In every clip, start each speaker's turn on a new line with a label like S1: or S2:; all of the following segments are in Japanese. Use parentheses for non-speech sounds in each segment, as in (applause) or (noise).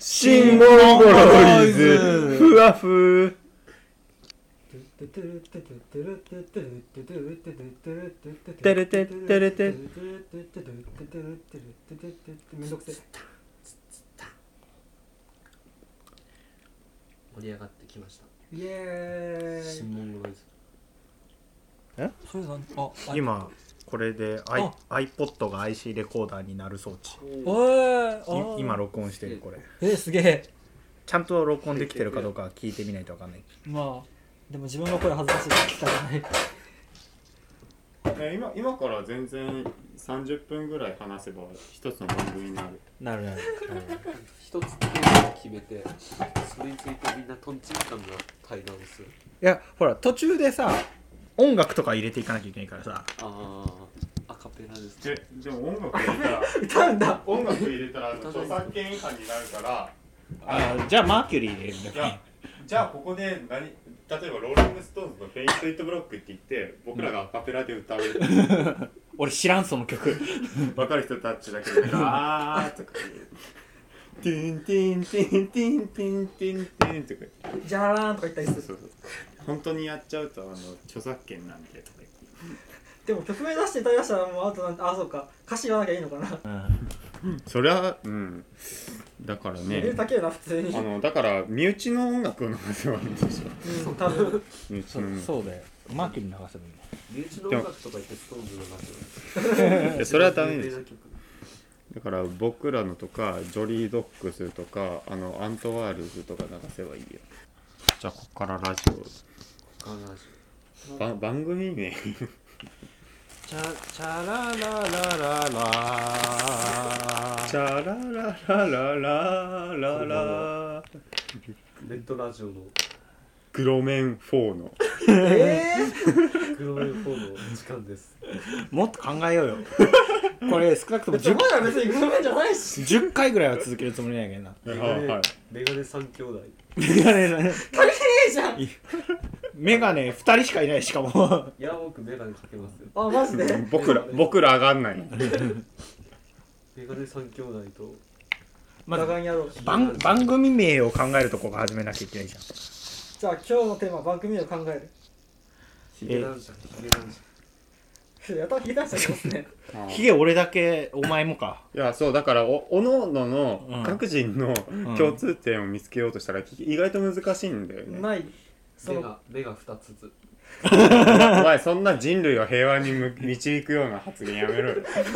S1: シンボルボロイズふわふてれてってれて
S2: めんどくせ
S3: 盛り上がってきました
S2: イエーイ
S3: 新聞ロイズ
S4: それなんああ
S1: 今これでアイ
S4: あ
S1: iPod が IC レコーダーになる装置
S4: おーあ
S1: い
S4: ー
S1: 今録音してるこれ
S4: えすげえ
S1: ちゃんと録音できてるかどうかは聞いてみないとわかんない
S4: まあでも自分の声恥ずかしいから聞きたくない
S5: ね今今から全然30分ぐらい話せば一つの番組になる
S1: なるなる
S3: 一つテーマを決めてそれについてみんなトンチンカンな対談をする
S1: いやほら途中でさ音楽とか入れていかなきゃいけないからさ
S3: ああアカペラですね
S5: ででも音楽入れたら
S4: 歌うんだ
S5: 音楽入れたら著作権違反になるから
S1: あじゃあマーキュリー入れるん
S5: いやじゃあここで何例えばローリング・ストーンズの「フェイス・イット・ブロック」って言って僕らがアカペラで歌う
S1: 俺知らんその曲
S5: 分かる人たちだけ (laughs) で「あー」とか言う「ティンティンティンティンティンティンティン」とか言って
S4: じゃらーんとか言ったりす
S5: そう
S4: る
S5: そうそう本当にやっちゃうとあの著作権なんでとか言って
S4: でも曲名出して歌い出したらもうあとなんあそうか歌詞言わなきゃいいのかな
S5: それはうんだから
S4: レベ
S5: ね
S4: ル高えな普通に
S5: あのだから身内の音楽を流せばいいんでしょ
S4: うん多分
S5: 身内の音楽
S1: うだよマーキュリー流せばいいんだ
S3: 身内の音楽とか言ってストーンズの
S5: い
S3: 話
S5: やそれはダメですすだから僕らのとかジョリー・ドックスとかあのアントワールズとか流せばいいよじゃあこっからラジオば番組名
S3: チャチャラララララ
S5: チャラララララララ
S3: ネットラジオの
S5: 黒面4の
S4: ええ
S3: 黒目フォーの時間です
S1: (laughs) もっと考えようよこれ少なくとも
S4: 別
S1: 10,
S4: にお前ら別にグルメじゃないし
S1: 10回ぐらいは続けるつもりなんやけどな
S3: メ
S5: あ
S3: ガネ、
S5: はい
S3: メガネ三兄弟
S1: メガネだね
S4: 足りねえじゃん
S1: メガネ2人しかいないしかも
S3: いや僕メガネかけますよ
S4: あマジで
S5: 僕ら僕ら上がんない
S3: メガネ三兄弟と
S1: ま
S4: ガ
S1: ず
S4: ガン野郎
S1: 番番組名を考えるとこが始めなきゃいけないじゃん
S4: じゃあ今日のテーマ番組を考え
S3: ヒゲ男爵ヒゲ男爵
S4: るやたら聞いたしたですね
S1: ヒゲ俺だけお前もか
S5: いやそうだからおおのおの
S1: うん
S5: の各人の
S1: ん
S5: 共通点を見つけようとしたらき意外と難しいんだよね、
S4: ないそ
S3: 目
S4: の
S3: が目が二つず
S5: お前そんな人類を平和にむ (laughs) 導くような発言やめろよ、ね、
S4: カッ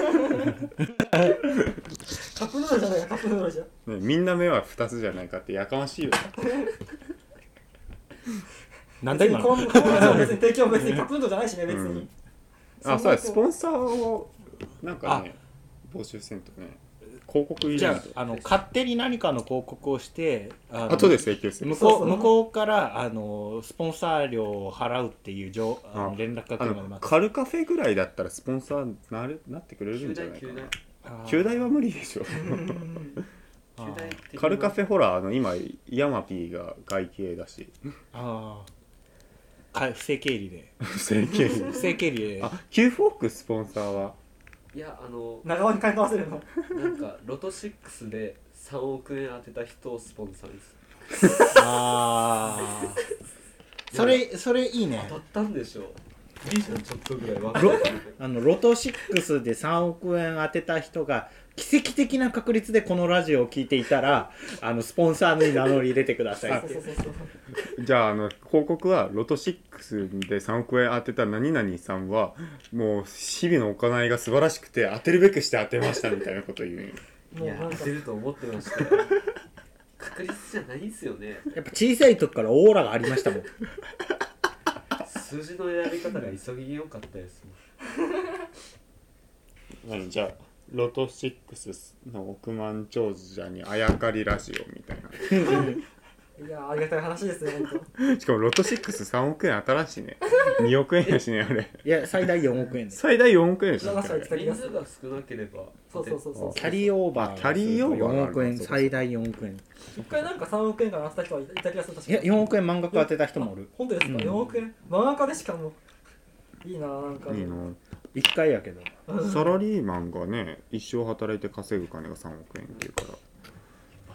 S4: プヌードルじゃないかカップヌードルじゃん
S5: みんな目は2つじゃないかってやかましいよ
S1: なんだ
S4: 別
S1: 今
S4: に
S1: の
S4: このこのラジオ別に提供別にカップヌードルじゃないしね別
S5: う
S4: に
S5: んあそうだスポ
S4: ン
S5: ンサーをなんかね募集せんとね広告入
S1: じ
S5: れ
S1: ゃ
S5: んと
S1: ああの勝手に何かの広告をしてあの
S5: 後で請求する
S1: 向こ
S4: そううそう
S1: 向こうからあのスポンサー料を払うっていう情あの
S5: あ
S1: 連絡が来
S5: あ
S1: るまで
S5: の
S1: 待つ
S5: カルカフェぐらいだったらスポンサーなるなってくれるんじゃないかな
S3: 九大
S1: あー
S5: 九大は無理でしょ
S1: あ
S3: 九
S1: ー
S3: 大的な
S5: カルカフェほらあの今ヤマピーが外形だし
S1: あーか不正経理
S4: (laughs)
S1: で
S5: 整形
S1: 不正経理で
S5: あキューフォークスポンサーはい
S3: やあの
S4: 長尾に買いわせるの
S3: なんかロト6で3億円当てた人をスポンサーです
S1: あーそれそれいいね
S3: 当たったんでしょいいじゃんちょっとぐらいわかる
S1: あのロト6で3億円当てた人が奇跡的な確率でこのラジオを聞いていたらあのスポンサーに名乗り入れてくださいっ
S4: そう
S1: て
S4: そうそうそう
S5: じゃああの広告はロト6で3億円当てた何々さんはもう日々の行いが素晴らしくて当てるべくして当てましたみたいなこと言う
S4: も
S3: いうや
S4: なん
S3: 当
S4: か
S3: てると思ってました確率じゃないんすよね
S1: やっぱ小さい時からオーラがありましたもん
S3: 数字の選び方が急ぎ良かったです
S5: 何じゃあロト6の億万長者にあやかりラジオみたいない
S4: やありがたい話ですね本
S5: しかもロト63億円当たらんしね2億円やしねあれ
S1: いや最大4億円
S5: (laughs)
S1: です
S5: 最大4億円でし
S4: 当
S5: ょ
S4: 長さ言ってた気
S3: 人
S4: がす
S3: 数
S4: る
S3: が少なければ
S4: そうそうそうそう
S1: キャリーオーバー
S5: あキャリーオーバーがあ
S1: 4
S5: る
S1: 億円
S5: そうか
S1: 最大4億円
S4: 一回なんか3億円から当てた人はいた気がする確か
S1: いや4億円満額当てた人もおる
S4: 本当ですか、
S1: うん
S4: 4億円真ん中でしかもいいななんか
S5: いいの
S1: 1回やけど
S5: サラリーマンがね一生働いて稼ぐ金が3億円っていうから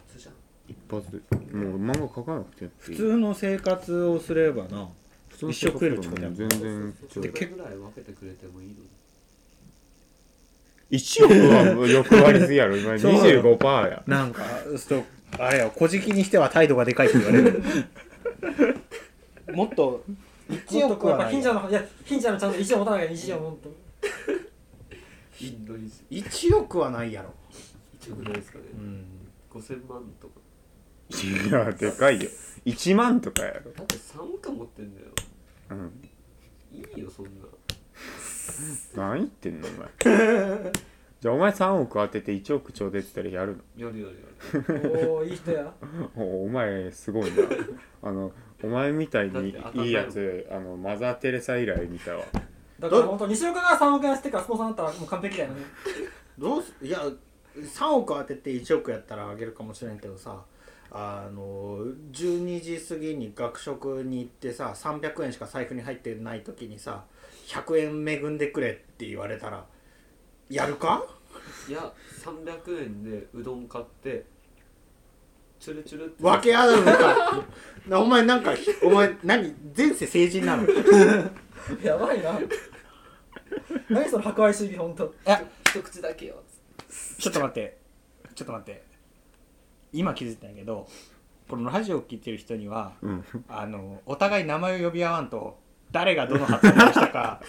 S3: 一発じゃん
S5: 一発でもう漫画描かなくて
S1: 普
S5: 普
S1: 通の生活をすればな
S5: 普通の
S1: 一生食えるってことやもん
S5: 全然
S3: そ
S1: で
S3: れ
S1: け
S3: ぐらい分けてくれてもいいのに
S5: 1億は欲張りすぎやろ今
S1: そう
S5: 25%や
S1: なんかそうあれよ小じきにしては態度がでかいって言われるもっと
S4: もっとこうやっぱ貧者のいや貧者のちゃんと意地を持たなきゃ意地を持って
S3: インドに
S1: 1億はないやろ、
S3: 一億ないですかね
S1: うん、
S3: 5000万とか
S5: いやでかいよ1万とかやろ
S3: だって3億持ってんだよ
S5: うん
S3: いいよそんな
S5: 何言ってんのお前じゃあお前3億当てて1億ちょうでって言ったらやる
S3: やるやるや
S4: おおいい人や
S5: のおお前すごいなあのお前みたいに
S3: だって当たんないもん
S5: いいやつあのマザー・テレサ以来見たわ
S4: だから本当西岡が3億円してからスポンサーになったらもう完璧だよね
S1: どうすいや3億当てて1億やったらあげるかもしれんけどさあの12時過ぎに学食に行ってさ300円しか財布に入ってない時にさ100円恵んでくれって言われたらやるか
S3: るいや300円でうどん買ってチュルチュルって
S1: 分け合うのかなお前なんかお前何前世成人なの
S4: やばいな (laughs) 何その博愛主義本当
S3: 一口だけよ
S1: ちょっと待ってちょっと待って今気づいたんやけどこのラジオを聞いてる人には
S5: うん
S1: あのお互い名前を呼び合わんと誰がどの発音をした (laughs) か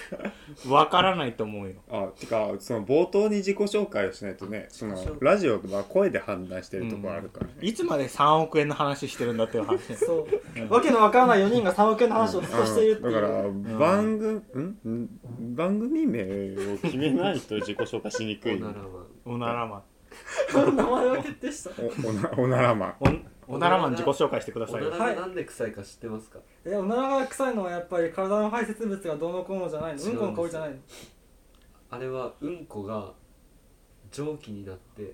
S1: わからないと思うよ
S5: あてかその冒頭に自己紹介をしないとねその
S3: 自己紹介
S5: ラジオは声で判断してるとこあるからね、
S1: いつまで3億円の話してるんだっていう話 (laughs)
S4: そううわけのわからない4人が3億円の話をずっとしているって
S5: だ
S4: い
S5: か
S4: う
S5: ら番組、ん、番組名を決めないと自己紹介しに
S3: お
S5: くい
S3: ならマン
S1: おならマン
S4: 名前は決定した
S5: おおなおならまん
S1: おおならマン自己紹介してくだ
S3: お
S1: さい
S3: な
S1: よ
S3: らがなんで臭いか知ってますか
S4: えおならが臭いのはやっぱり体の排泄物がどうのこうのじゃないの
S3: 違
S4: うん
S3: う
S4: ん
S3: です
S4: この香りじゃないの
S3: あれはうんこが蒸気になって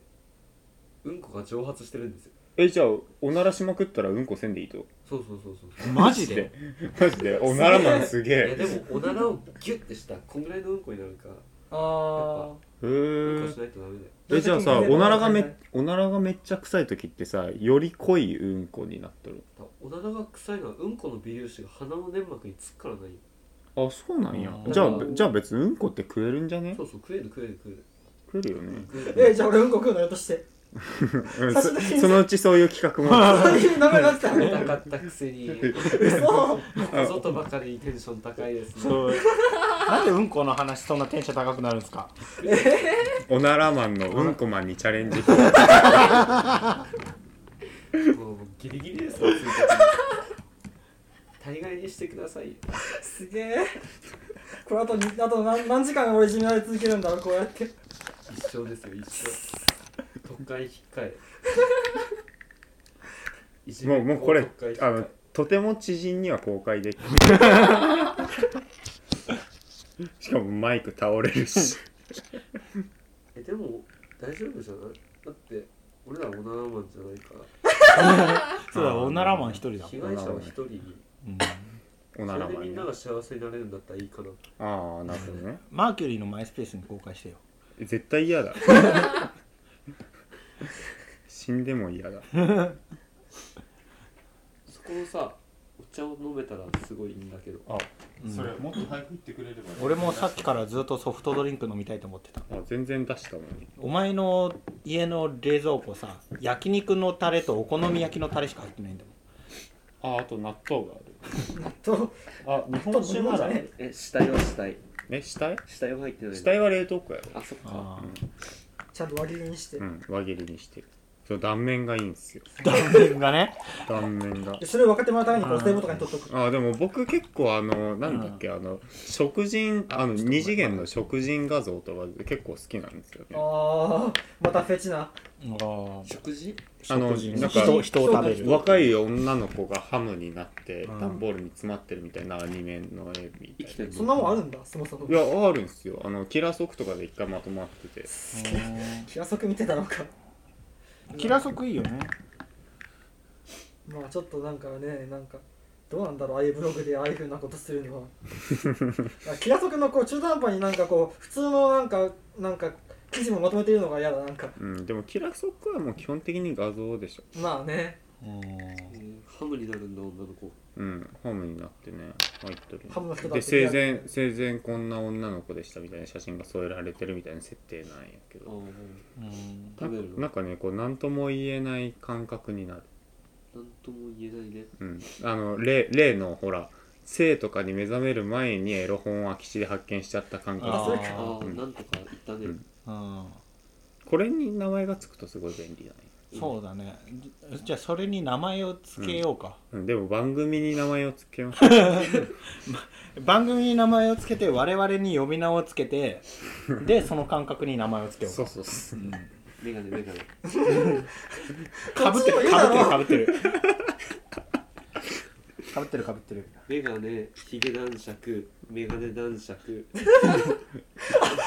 S3: うんこが蒸発してるんですよ
S5: えじゃあおならしまくったらうんこせんでいいと
S3: そうそうそうそ
S1: (laughs)
S3: う
S1: マジで
S5: マジでおならまんすげ
S3: いや
S5: え
S3: でもおならをギュッてしたらこんぐらいのうんこになるから
S4: あ
S5: へ
S3: うんこ
S5: ー
S3: しないとダメだよ
S5: えじゃあさおならがめおならがめっちゃ臭い時ってさより濃いうんこになっとる
S3: おならが臭いのはうんこの微粒子が鼻の粘膜につくからないよ
S5: あそうなんや
S1: うん
S5: じゃあじゃあ別にうんこって食えるんじゃね
S3: そうそう食える食える食える
S5: 食えるよね
S3: 食える
S4: ーえじゃあ俺うんこ食うのやっとして
S5: うんそそのうちそういう企画もある
S4: そういう名前になってた
S3: 食べ
S4: ね
S3: たかったくせ
S5: (laughs)
S3: に
S4: 嘘
S3: (laughs) 外ばかりにテンション高いですね
S1: そうなんでうんこの話そんなテンション高くなるんですか
S5: おならマンのうんこマンにチャレンジ
S3: もうギリギリですよついてくる大概にしてくださいよ
S4: すげえ (laughs) これあとにあと何何時間俺いじめられ続けるんだろうこうやって
S3: 一生ですよ一生特会引っかえいじ
S5: も
S3: め
S5: うもうこれ
S3: 特会引っ
S5: あ
S3: かえ
S5: のとても知人には公開できないしかもマイク倒れるし
S3: えでも大丈夫じゃないだって俺らオナラマンじゃないから
S1: そうだおならマン一人だ
S3: 被害者は一人に
S1: うん
S3: そ
S5: おなら
S3: れで
S5: マ
S3: み
S5: ン
S3: ん
S5: ね
S3: なが幸せになれるんだったらいいかな
S5: ああなるほどね
S1: マーキュリーのマイスペースに公開してよ
S5: 絶対嫌だ死んでも嫌だ
S3: そこのさお茶を飲めたらすごいいいんだけど
S5: あ
S1: それ
S5: もっと早く言ってくれれば
S1: 俺もさっきからずっとソフトドリンク飲みたいと思ってた
S5: あ全然出したもん
S1: お前の家の冷蔵庫さ焼肉のタレとお好み焼きのタレしか入ってないんだもん
S5: ああと納豆が
S4: と
S5: あるあ日本酒まだ
S4: ね
S3: え死体は死体
S5: え死体
S3: 死体は入ってない
S5: 死体は冷凍庫やろ
S3: あそっか
S4: ちゃんと輪切りにして
S5: うん輪切りにしてるそう断面がいいんですよ
S1: 断面がね
S5: 断面が
S4: でそれを分かってもらうためにこう捨て棒とかに取っとく
S5: あでも僕結構あのなんだっけ、あの食人あの二次元の食人画像とか結構好きなんですよね
S4: ああまたフェチな
S3: 食事
S5: あのなんか
S1: 人人を食べる
S5: 若い女の子がハムになって
S1: うん
S5: 段ボールに詰まってるみたいなアニメの絵み
S3: 生
S5: たい
S3: きてる
S4: そんなもんあるんだそもそも
S5: ないやあるんですよあのキラーソクとかで一回まとまってて
S4: 気がそく見てたのか
S1: キラソクいいよね
S4: まあちょっとなんかねなんかどうなんだろうああいうブログでああいうふうなことするの
S5: (laughs)
S4: はあキラソクのこう中途半端になんかこう普通のなんかなんか記事もまとめてるのが嫌だなんか
S5: うんでもキラーソクはもう基本的に画像でしょ
S4: まあね
S1: うん
S3: うんハムになるんだ女の子
S5: うん、ハムになってね入ってる
S4: ハムの人だ
S5: で
S4: ってリ
S5: 生
S4: アル
S5: 前生前こんな女の子でしたみたいな写真が添えられてるみたいな設定なんやけ
S3: ああ
S5: ど
S1: うん
S5: な
S3: 食べるの
S5: なんかねこう何とも言えない感覚になる、
S3: なんとも言えないね
S5: うん、あの例例のほら性とかに目覚める前にエロ本を空き地で発見しちゃった感
S1: あ
S5: 覚
S4: あそれ
S3: あ
S1: か
S3: あ、
S5: うん
S3: なんとか言ったね、
S5: うん
S1: うん
S5: これに名前がつくとすごい便利だね、
S1: そうだねじじゃあそれに名前をつけようか、
S5: うん、でも番組に名前をつけます
S1: 番組に名前をつけて我々に呼び名をつけて (laughs) でその感覚に名前をつけよう
S5: そ
S1: か
S5: うそうそう
S3: メガネメガネ
S1: かぶって
S4: こっ
S1: る
S4: ちも言うだろ
S1: かぶってるか (laughs) ぶってるかぶってる
S3: メガネヒゲ男爵メガネ男爵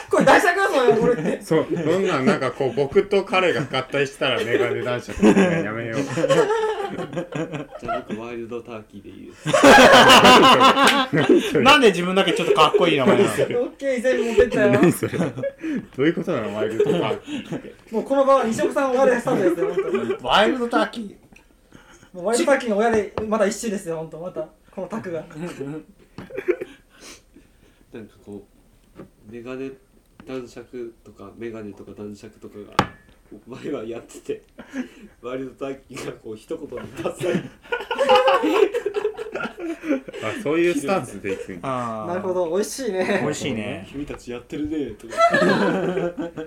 S4: これ大作だぞよこれって
S5: そうどんなんなんかこう僕と彼が合体したらメガネ男爵みたいなのやめよう
S3: じゃあ僕ワイルドターキーでいいです
S1: かぶってるなんで自分だけちょっとかっこいい名前なの
S4: オッケー全部持ってったよ
S5: 何それどういうことなのワイルドパーキーって
S4: もうこの場は西岡さん親でスタートですよ本当に
S1: (laughs) ワイルドターキ
S4: もうワイルドパーキンの親でまだ一種ですよ本当またこのタクが
S3: なんかこうメガネ男爵とかメガネとか男爵とかがこう前はやっててワイルドターキーがこう一言でダサい (laughs)
S5: あそういうスタンスでいくん
S1: ー
S5: だ
S1: あー
S4: なるほど美味しい
S1: 美
S4: ね
S1: 味しいね
S3: 君たちやってるねとか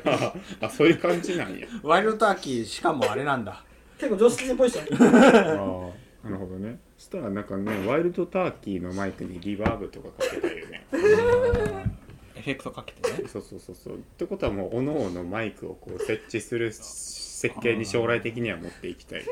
S5: あ (laughs) あそういう感じ
S4: (laughs)
S5: なんや
S1: ワイルドターキーしかもあれなんだ
S4: 結構常識人っぽいっしょ
S5: ああなるほどねそしたらなんかねワイルドターキーのマイクにリバーブとかかけたいよね
S1: エフェクトかけてね
S5: そうそうそうそうってことはもうおのおのマイクをこう設置する設計に将来的には持っていきたい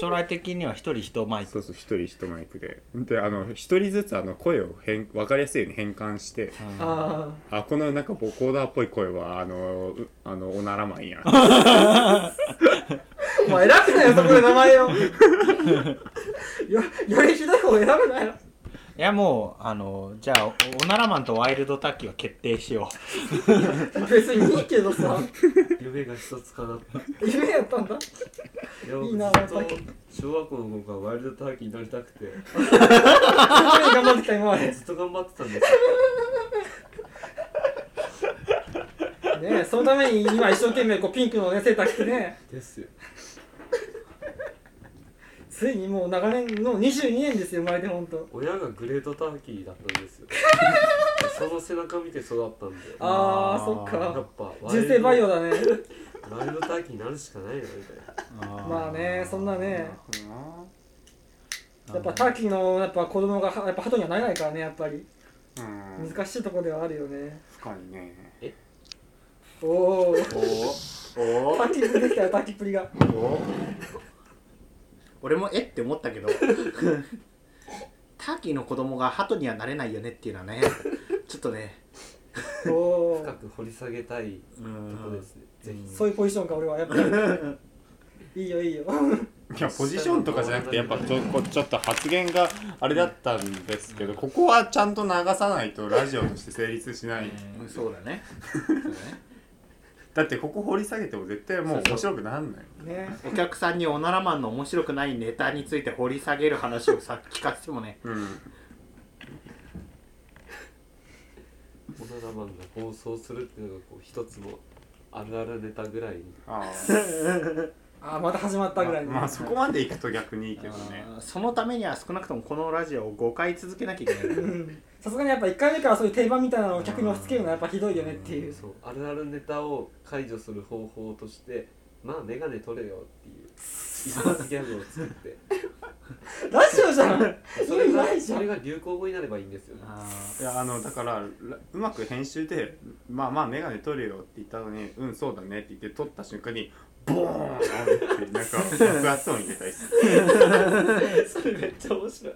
S1: 将来的には一人一マイク
S5: そうそう一人一マイクでであの一人ずつあの声を変分かりやすいように変換して
S4: ああ
S5: あこのなんかボコーダーっぽい声はあのうあのおならマン
S4: (laughs)
S5: や
S4: お前選ぶなよそこで名前 (laughs) をよよりひどい方選ぶなよ
S1: いやもうあのじゃあおおならマンとワイルドターキーは決定しよう
S4: 別にいいけどさ
S3: 夢が一つかなった
S4: 夢やったんだ
S3: いや僕
S4: いいな
S3: ずっと小学校の頃からワイルドターキーになりたくて
S4: 何頑張ってきた今までね
S3: ずっと頑張ってたんです
S4: えそのために今一生懸命こうピンクのねセーター着てね
S3: ですよ
S4: ついにもう長年の22年ですよ生まれてほんと
S3: 親がグレートターキーだった
S4: (laughs)
S3: んですよその背中見て育ったんで
S4: あ
S1: あ
S4: ー
S1: ー
S4: あそっ
S3: や
S4: か
S3: っぱワイ
S4: 人
S3: ル
S4: 生
S3: ド
S4: 培養だね
S3: ワイルドターキーになるしかないなみたいな
S4: まあねそんなね
S5: う
S4: やっぱターキーのやっぱ子供がはやっぱ鳩にはなれないからねやっぱり
S5: ん
S4: 難しいとこではあるよね
S5: 深いね
S4: おおー
S1: おお
S4: ターキー出てきたよターキーっぷりが
S1: 俺もえって思ったけどターキーの子供が鳩にはなれないよねっていうのはねちょっとね
S4: おお
S3: 深く掘り下げたいとこですねぜひ
S4: そういうポジションか俺はやっぱりいいよいいよ
S5: いやポジションとかじゃなくてやっぱちょこちょっと発言があれだったんですけどここはちゃんと流さないとラジオとして成立しない
S1: うんそうだねそうだね
S5: だってここ掘り下げても絶対もう面白くなんない
S4: ね
S1: お客さんにおならマンの面白くないネタについて掘り下げる話をさ聞かせてもね
S5: うん
S3: オナラマンが放送するっていうのがこう一つのあるあるネタぐらいに
S5: あ
S4: あーまた始まったぐらい
S5: あ
S4: の、 (laughs)
S5: まあそこまでいくと逆にいいけどね
S1: あーそのためには少なくともこのラジオを5回続けなきゃいけないう
S4: んさすがにやっぱ1回目からそういう定番みたいなのを客に押し付けるのはやっぱひどいよねっていう
S3: そうあるあるネタを解除する方法としてまあメガネ取れよっ
S4: (laughs)
S3: ていう一発ギャグを作って
S4: ラジオじゃん
S5: (laughs)
S3: そ
S4: 意
S3: れ
S4: 味
S3: が
S4: ないじゃ
S3: それ
S4: ん
S3: が流行語になればいいんですよね
S1: あ
S5: いやあのだかららうまく編集で「まあまあ眼鏡取るよ」って言ったのに「うんそうだね」って言って取った瞬間にボーンってなんか爆発音入れたりする
S3: それめっちゃ面白い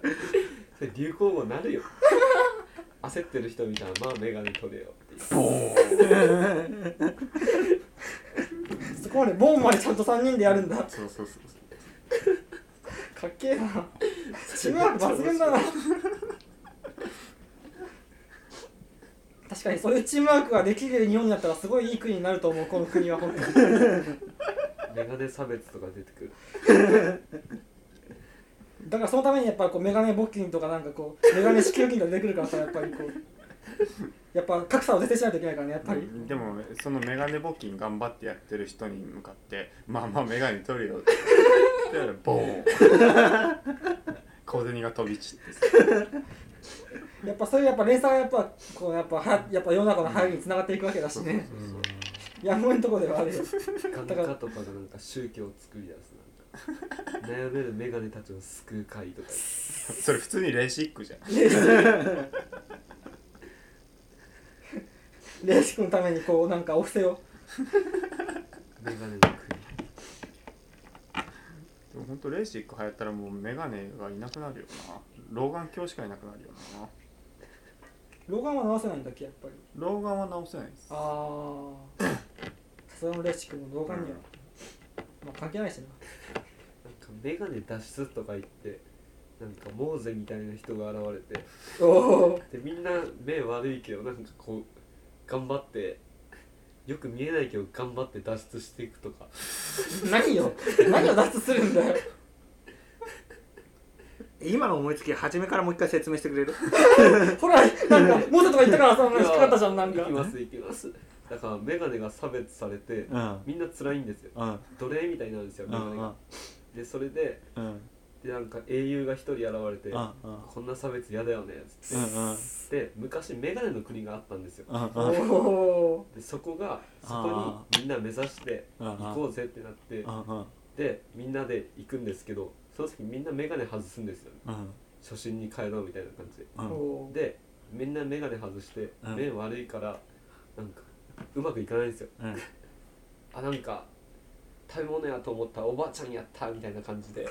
S3: それ流行語になるよ焦ってる人見たらまあメガネ取れよっていう
S5: ボーン
S4: そこまでボンまでちゃんと3人でやるんだか
S5: そうそうそうそう
S4: っけえなチームワーク抜群だな確かにそういうチームワークができる日本になったらすごいいい国になると思うこの国は本当に
S3: メガネ差別とか出てくる
S4: だからそのためにやっぱこうメガネ募金とかなんかこうメガネ支給金が出てくるからさやっぱりこうやっぱ格差を是正しないといけないからねやっぱり、
S5: でもそのメガネ募金頑張ってやってる人に向かって「まあまあメガネ取るよ」って言ったらボーン小銭が飛び散ってさ
S4: やっぱそういうやっぱ連鎖がやっぱこうやっぱはやっぱ世の中の流行りにつながっていくわけだしねやむをえんとこではあ (laughs) るよ
S3: 眼科とかがなんか宗教を作り出すなんか悩めるメガネたちを救う会とか
S5: それ普通にレーシックじゃん
S4: レーシックのためにこうなんかお布施を
S3: メガネの
S5: でも本当レーシック流行ったらもうメガネがいなくなるよな老眼鏡しかいなくなるよな
S4: 老眼は直せないんだっけやっぱり
S5: 老眼は直せないです
S4: ああさすがのレーシックも老眼には、まあ関係ないしな
S3: 国なんかメガネ脱出とか言ってなんかモーゼみたいな人が現れて
S4: おお
S3: でみんな目悪いけどなんかこう頑張ってよく見えないけど頑張って脱出していくとか
S4: 何よ何を脱出するんだよ
S1: 今の思いつき初めからもう一回説明してくれる
S4: ほらなん (laughs) かモーセとか言ったからさ引っかかったじゃんなん
S3: 行
S4: か
S3: きます行きますだからメガネが差別されて
S1: うん
S3: みんな辛いんですよ
S1: うん
S3: 奴隷みたいになるんですよメ
S1: う
S3: ガ
S1: ん
S3: ネ
S1: う
S3: が
S1: ん
S3: でそれで
S1: うん
S3: でなんか英雄が一人現れて
S1: うんうん
S3: こんな差別嫌だよねつ
S1: うんうん
S3: ってで昔メガネの国があったんですよ
S1: うん
S4: お
S1: うん
S4: お
S3: でそこがそ
S1: あ
S3: こにみんな目指して
S1: うん
S3: 行こうぜってなって
S1: うんうん
S3: でみんなで行くんですけどその時みんなメガネ外すんですよ
S1: うん
S3: 初心に帰ろうみたいな感じで
S1: う
S4: お
S1: ん
S4: お
S3: でみんなメガネ外して
S1: うん
S3: 目悪いからなんかうまくいかないんですよ
S1: うん
S3: あなんか食べ物やと思ったらおばあちゃんやったみたいな感じで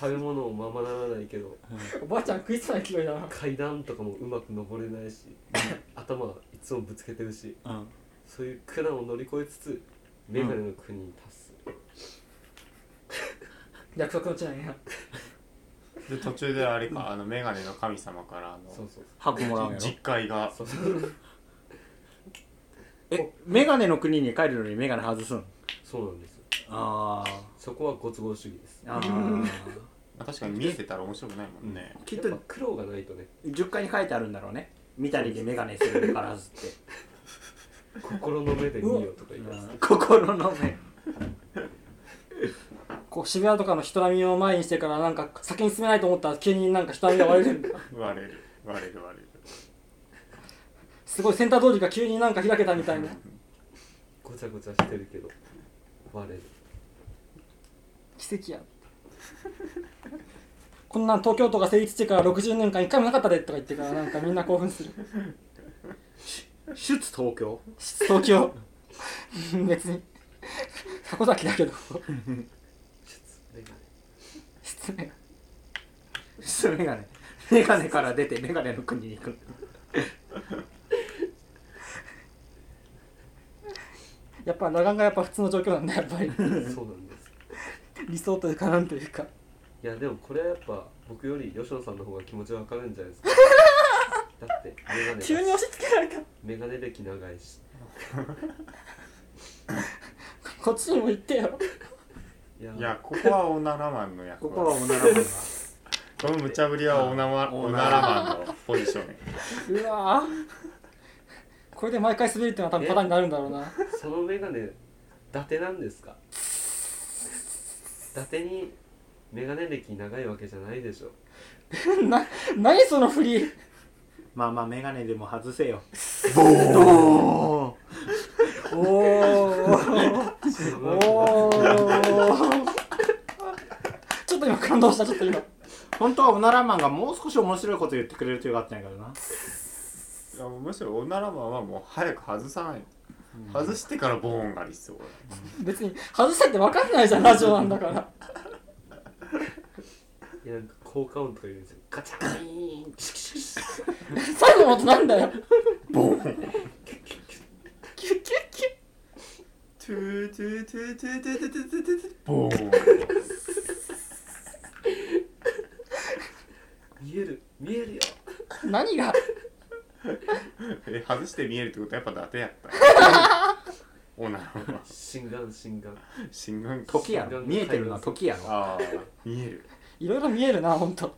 S3: 食べ物もままならないけど
S4: おばあちゃん食いつない勢いだな
S3: 階段とかもうまく登れないし頭いつもぶつけてるし
S1: うん
S3: そういう苦難を乗り越えつつメガネの国に達す、
S4: 約束の地なんや
S5: で途中であれかあのメガネの神様からあの
S3: そうそう
S1: 箱もらうんやろ
S5: 実戒が (laughs)
S3: そうそう
S1: えメガネの国に帰るのにメガネ外すん
S3: そうなんですよ
S1: あー
S3: そこはご都合主義です
S1: あー
S5: 確かに見えてたら面白くないもんね、
S1: きっ
S3: や
S1: と
S3: っぱ苦労がないとね
S1: 10階に書いてあるんだろうね見たりでメガネするからずって
S3: 心の目で見よとか言います
S1: うん心の目
S4: こう渋谷とかの人並みを前にしてからなんか先に進めないと思ったら急になんか人並みが割れ (laughs) る
S5: 割れる割れる割れる
S4: すごいセンター通りが急になんか開けたみたいな
S3: ごちゃごちゃしてるけど割れる
S4: 奇跡やこんなん東京都が成立してから60年間一回もなかったでとか言ってからなんかみんな興奮 (laughs) する
S1: 出東京
S4: 東京別に箱崎だけど
S3: メガネ
S4: 失礼
S1: 出メガネメガネから出てメガネの国に行く
S4: やっぱ裸眼がやっぱ普通の状況なんだやっ (laughs) ぱり
S3: そうなんです
S4: 理想というかなんというか
S3: いやでもこれはやっぱ僕より吉野さんの方が気持ちわかるんじゃないですかだってメガネだし
S4: 急に押し付けられた
S3: メガネ歴長いし
S4: こっちにも行ってよ
S3: いや
S5: いやここはオナラマンの役
S1: こ
S5: 割
S1: こはおならマンだ
S5: この無茶ぶりはオナマオナラマンのポジション
S4: うわぁこれで毎回滑るっていうのは多分パターンになるんだろうな
S3: そのメガネ伊達なんですか伊達にメガネ歴長いわけじゃないでしょ
S4: な何その振り
S1: まあまあメガネでも外せよボーン
S4: おーおーちょっと今感動したちょっと今
S1: 本当はおならマンがもう少し面白いこと言ってくれるとよかったんやけどない
S5: やむしろオナラマンはもう早く外さない外してからボーンがありそう
S4: 別に外したって分かんないじゃんラジオなんだから
S3: いやなんか効果音とか言うんですよガチャーンチキシキシ
S4: 最後の音なんだよ
S5: ボーン
S4: キュッキュッキュッ
S5: トゥートゥートゥートゥートゥートゥートゥートゥートゥーボーン
S3: 見える見えるよ
S4: 何が
S5: え外して見えるってことはやっぱ伊達やったオナラマン
S3: 心眼心眼
S5: 心眼
S1: 時やろ見えてるのは時やろ
S5: ああ見える
S4: いろいろ見えるな本当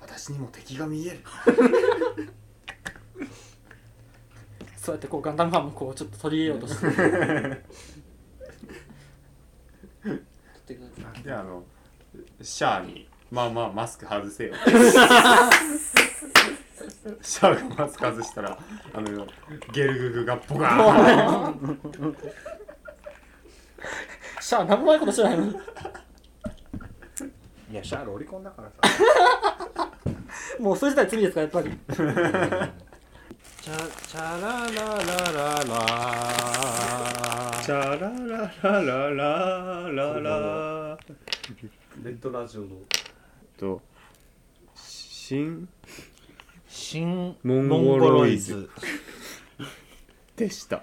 S5: 私にも敵が見える
S4: そうやってこうガンダムファンもこうちょっと取り入れようとして
S3: ってな
S5: あであのシャアに「まあまあマスク外せよ」シャアがマスク外したらあのゲルググがボカーン
S4: (laughs) シャア何もないことしてないのに (laughs)
S1: いやシャーロリコンだからさ
S4: もうそれ自体罪ですからやっぱり
S3: チャチャラララララ
S6: チャラララララララ
S3: レッドラジオの
S5: と新
S1: 新
S6: モンゴロイ
S1: モン
S6: ズ
S1: ゴロイズ
S5: でした